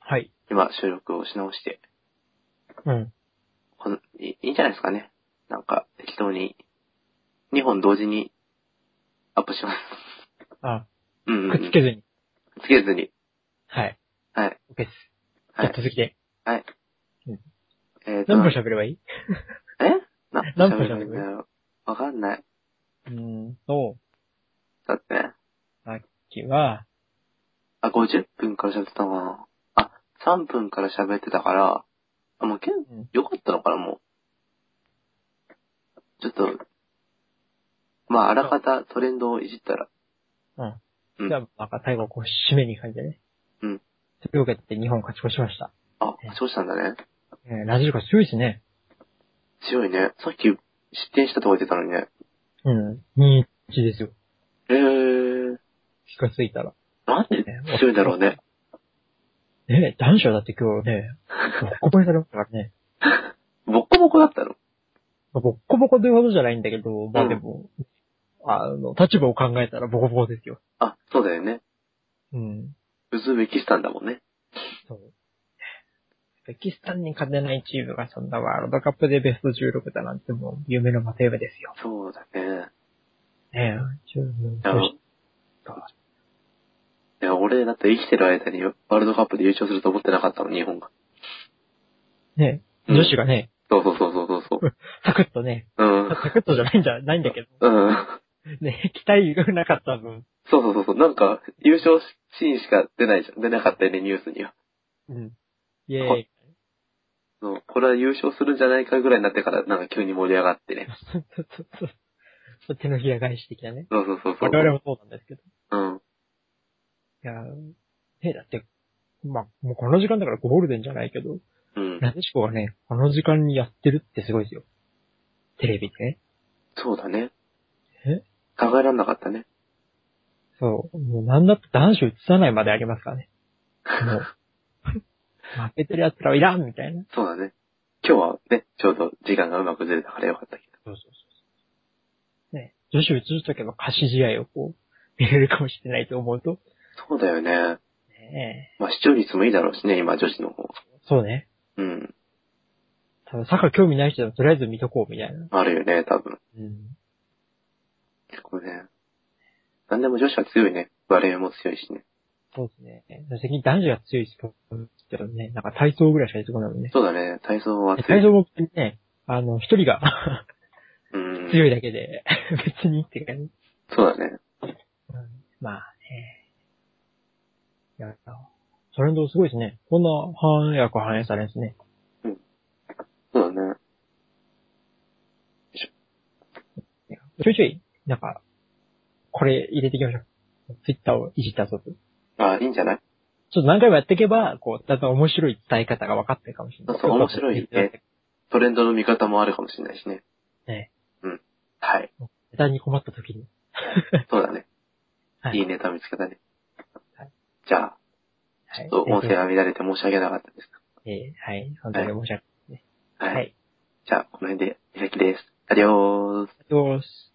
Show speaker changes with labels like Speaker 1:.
Speaker 1: はい。
Speaker 2: 今、収録をし直して、
Speaker 1: うん。
Speaker 2: このいいいんじゃないですかね。なんか、適当に、2本同時にアップします。
Speaker 1: あ、
Speaker 2: うん、う
Speaker 1: く
Speaker 2: ん。
Speaker 1: っつけずに。
Speaker 2: つけずに。
Speaker 1: はい。
Speaker 2: はい。
Speaker 1: OK です。
Speaker 2: は
Speaker 1: じゃ
Speaker 2: い
Speaker 1: あ。続きで。
Speaker 2: はい
Speaker 1: うん。
Speaker 2: えーと、
Speaker 1: 何分喋ればいい
Speaker 2: えな
Speaker 1: 何
Speaker 2: 喋
Speaker 1: 分
Speaker 2: るんだよ。わかんない。
Speaker 1: うーんと、
Speaker 2: だってね。
Speaker 1: さっきは、
Speaker 2: あ、50分から喋ってたのかな。あ、3分から喋ってたから、あ、もうけん
Speaker 1: うん、
Speaker 2: よかったのかな、もう。ちょっと、まあ、あらかたトレンドをいじったら。
Speaker 1: うん。
Speaker 2: うん
Speaker 1: じゃあ、なんか最後、こう、締めに感じでね。
Speaker 2: うん。
Speaker 1: というわけで、日本勝ち越しました。
Speaker 2: あ、そうしたんだね。
Speaker 1: えー、ラジルカ強いですね。
Speaker 2: 強いね。さっき失点したとか言ってたのにね。
Speaker 1: うん。2、1ですよ。
Speaker 2: へえー。
Speaker 1: 気がついたら。
Speaker 2: なんで強いんだろうね。
Speaker 1: ね男子はだって今日ね、ボッコボコにされましたからね。
Speaker 2: ボッコボコだったの。
Speaker 1: まあボッコボコというほどじゃないんだけど、まあでも、あの、立場を考えたらボコボコですよ。
Speaker 2: あ、そうだよね。
Speaker 1: うん。
Speaker 2: ウズベキスタンだもんね。
Speaker 1: そう。ベキスタンに勝てないチームがそんなワールドカップでベスト16だなんてもう夢のまた夢ですよ。
Speaker 2: そうだね。
Speaker 1: ねえ、ちょもう
Speaker 2: あの、いや、俺だって生きてる間にワールドカップで優勝すると思ってなかったの、日本が。
Speaker 1: ねえ、女子がね、
Speaker 2: そうそうそうそうそう。
Speaker 1: サクッとね、
Speaker 2: うん。
Speaker 1: サクッとじゃないんじゃないんだけど、
Speaker 2: うん。
Speaker 1: ね期待がなかった分、
Speaker 2: そうそうそうそう。なんか、優勝シーンしか出ないじゃん。出なかったよね、ニュースには。
Speaker 1: うん。イェーイ。
Speaker 2: そうこれは優勝するんじゃないかぐらいになってから、なんか急に盛り上がってね。
Speaker 1: そうそうそうそう。 手のひら返し的なね。
Speaker 2: そうそうそうそう。
Speaker 1: 我々もそうなんですけど。
Speaker 2: うん。
Speaker 1: いやー、ね、だって、まあ、もうこの時間だからゴールデンじゃないけど、
Speaker 2: うん。
Speaker 1: なでしこがね、この時間にやってるってすごいですよ。テレビでね。
Speaker 2: そうだね。
Speaker 1: え
Speaker 2: 考えられなかったね。
Speaker 1: そう。もうなんだって男子映さないまでありますからね。もう、負けてる奴らはいらんみたいな。
Speaker 2: そうだね。今日はね、ちょうど時間がうまくずれたからよかったけ
Speaker 1: そうそうそう。ね、女子映しとけば貸し試合をこう、見れるかもしれないと思うと、
Speaker 2: ど。そうだよね。
Speaker 1: ね
Speaker 2: まあ、視聴率もいいだろうしね、今、女子の方。
Speaker 1: えそうね。
Speaker 2: うん。
Speaker 1: ただ、サッカー興味ない人でもとりあえず見とこうみたいな。
Speaker 2: あるよね、多分。
Speaker 1: うん。
Speaker 2: 結構ね。なんでも女子は強いね。バレーも強いしね。
Speaker 1: そうですね。最近男子が強いスポーツってのはね、なんか体操ぐらいしか出てこないもんね。
Speaker 2: そうだね。体操は強い。
Speaker 1: 体操も別にね、あの、一人が
Speaker 2: うん。
Speaker 1: 強
Speaker 2: い。
Speaker 1: いだけで、別にって感じ。
Speaker 2: そうだね。
Speaker 1: まあね。いや、トレンドすごいですね。こんな反訳反映されるんですね。
Speaker 2: そうだね。
Speaker 1: いやちょいちょい、なんか、これ入れていきましょう。ツイッターをいじったぞと。ち
Speaker 2: あ、いいんじゃない
Speaker 1: ょっと何回もやっていけば、こう、だんだん面白い伝え方が分かってるかもしれない。
Speaker 2: そうそう面白いねトレンドの見方もあるかもしれないしね。
Speaker 1: ね。
Speaker 2: うん。はい。
Speaker 1: ネタに困った時に。
Speaker 2: そうだね。
Speaker 1: はい
Speaker 2: いいネタ見つけたね
Speaker 1: はい。
Speaker 2: じゃあ、
Speaker 1: はい。
Speaker 2: 音声が乱れて申し訳なかったです。
Speaker 1: えーはい。本当に申し訳ない。
Speaker 2: は。
Speaker 1: はいい。
Speaker 2: じゃあ、この辺で、みさきです。アディオース。
Speaker 1: よーし。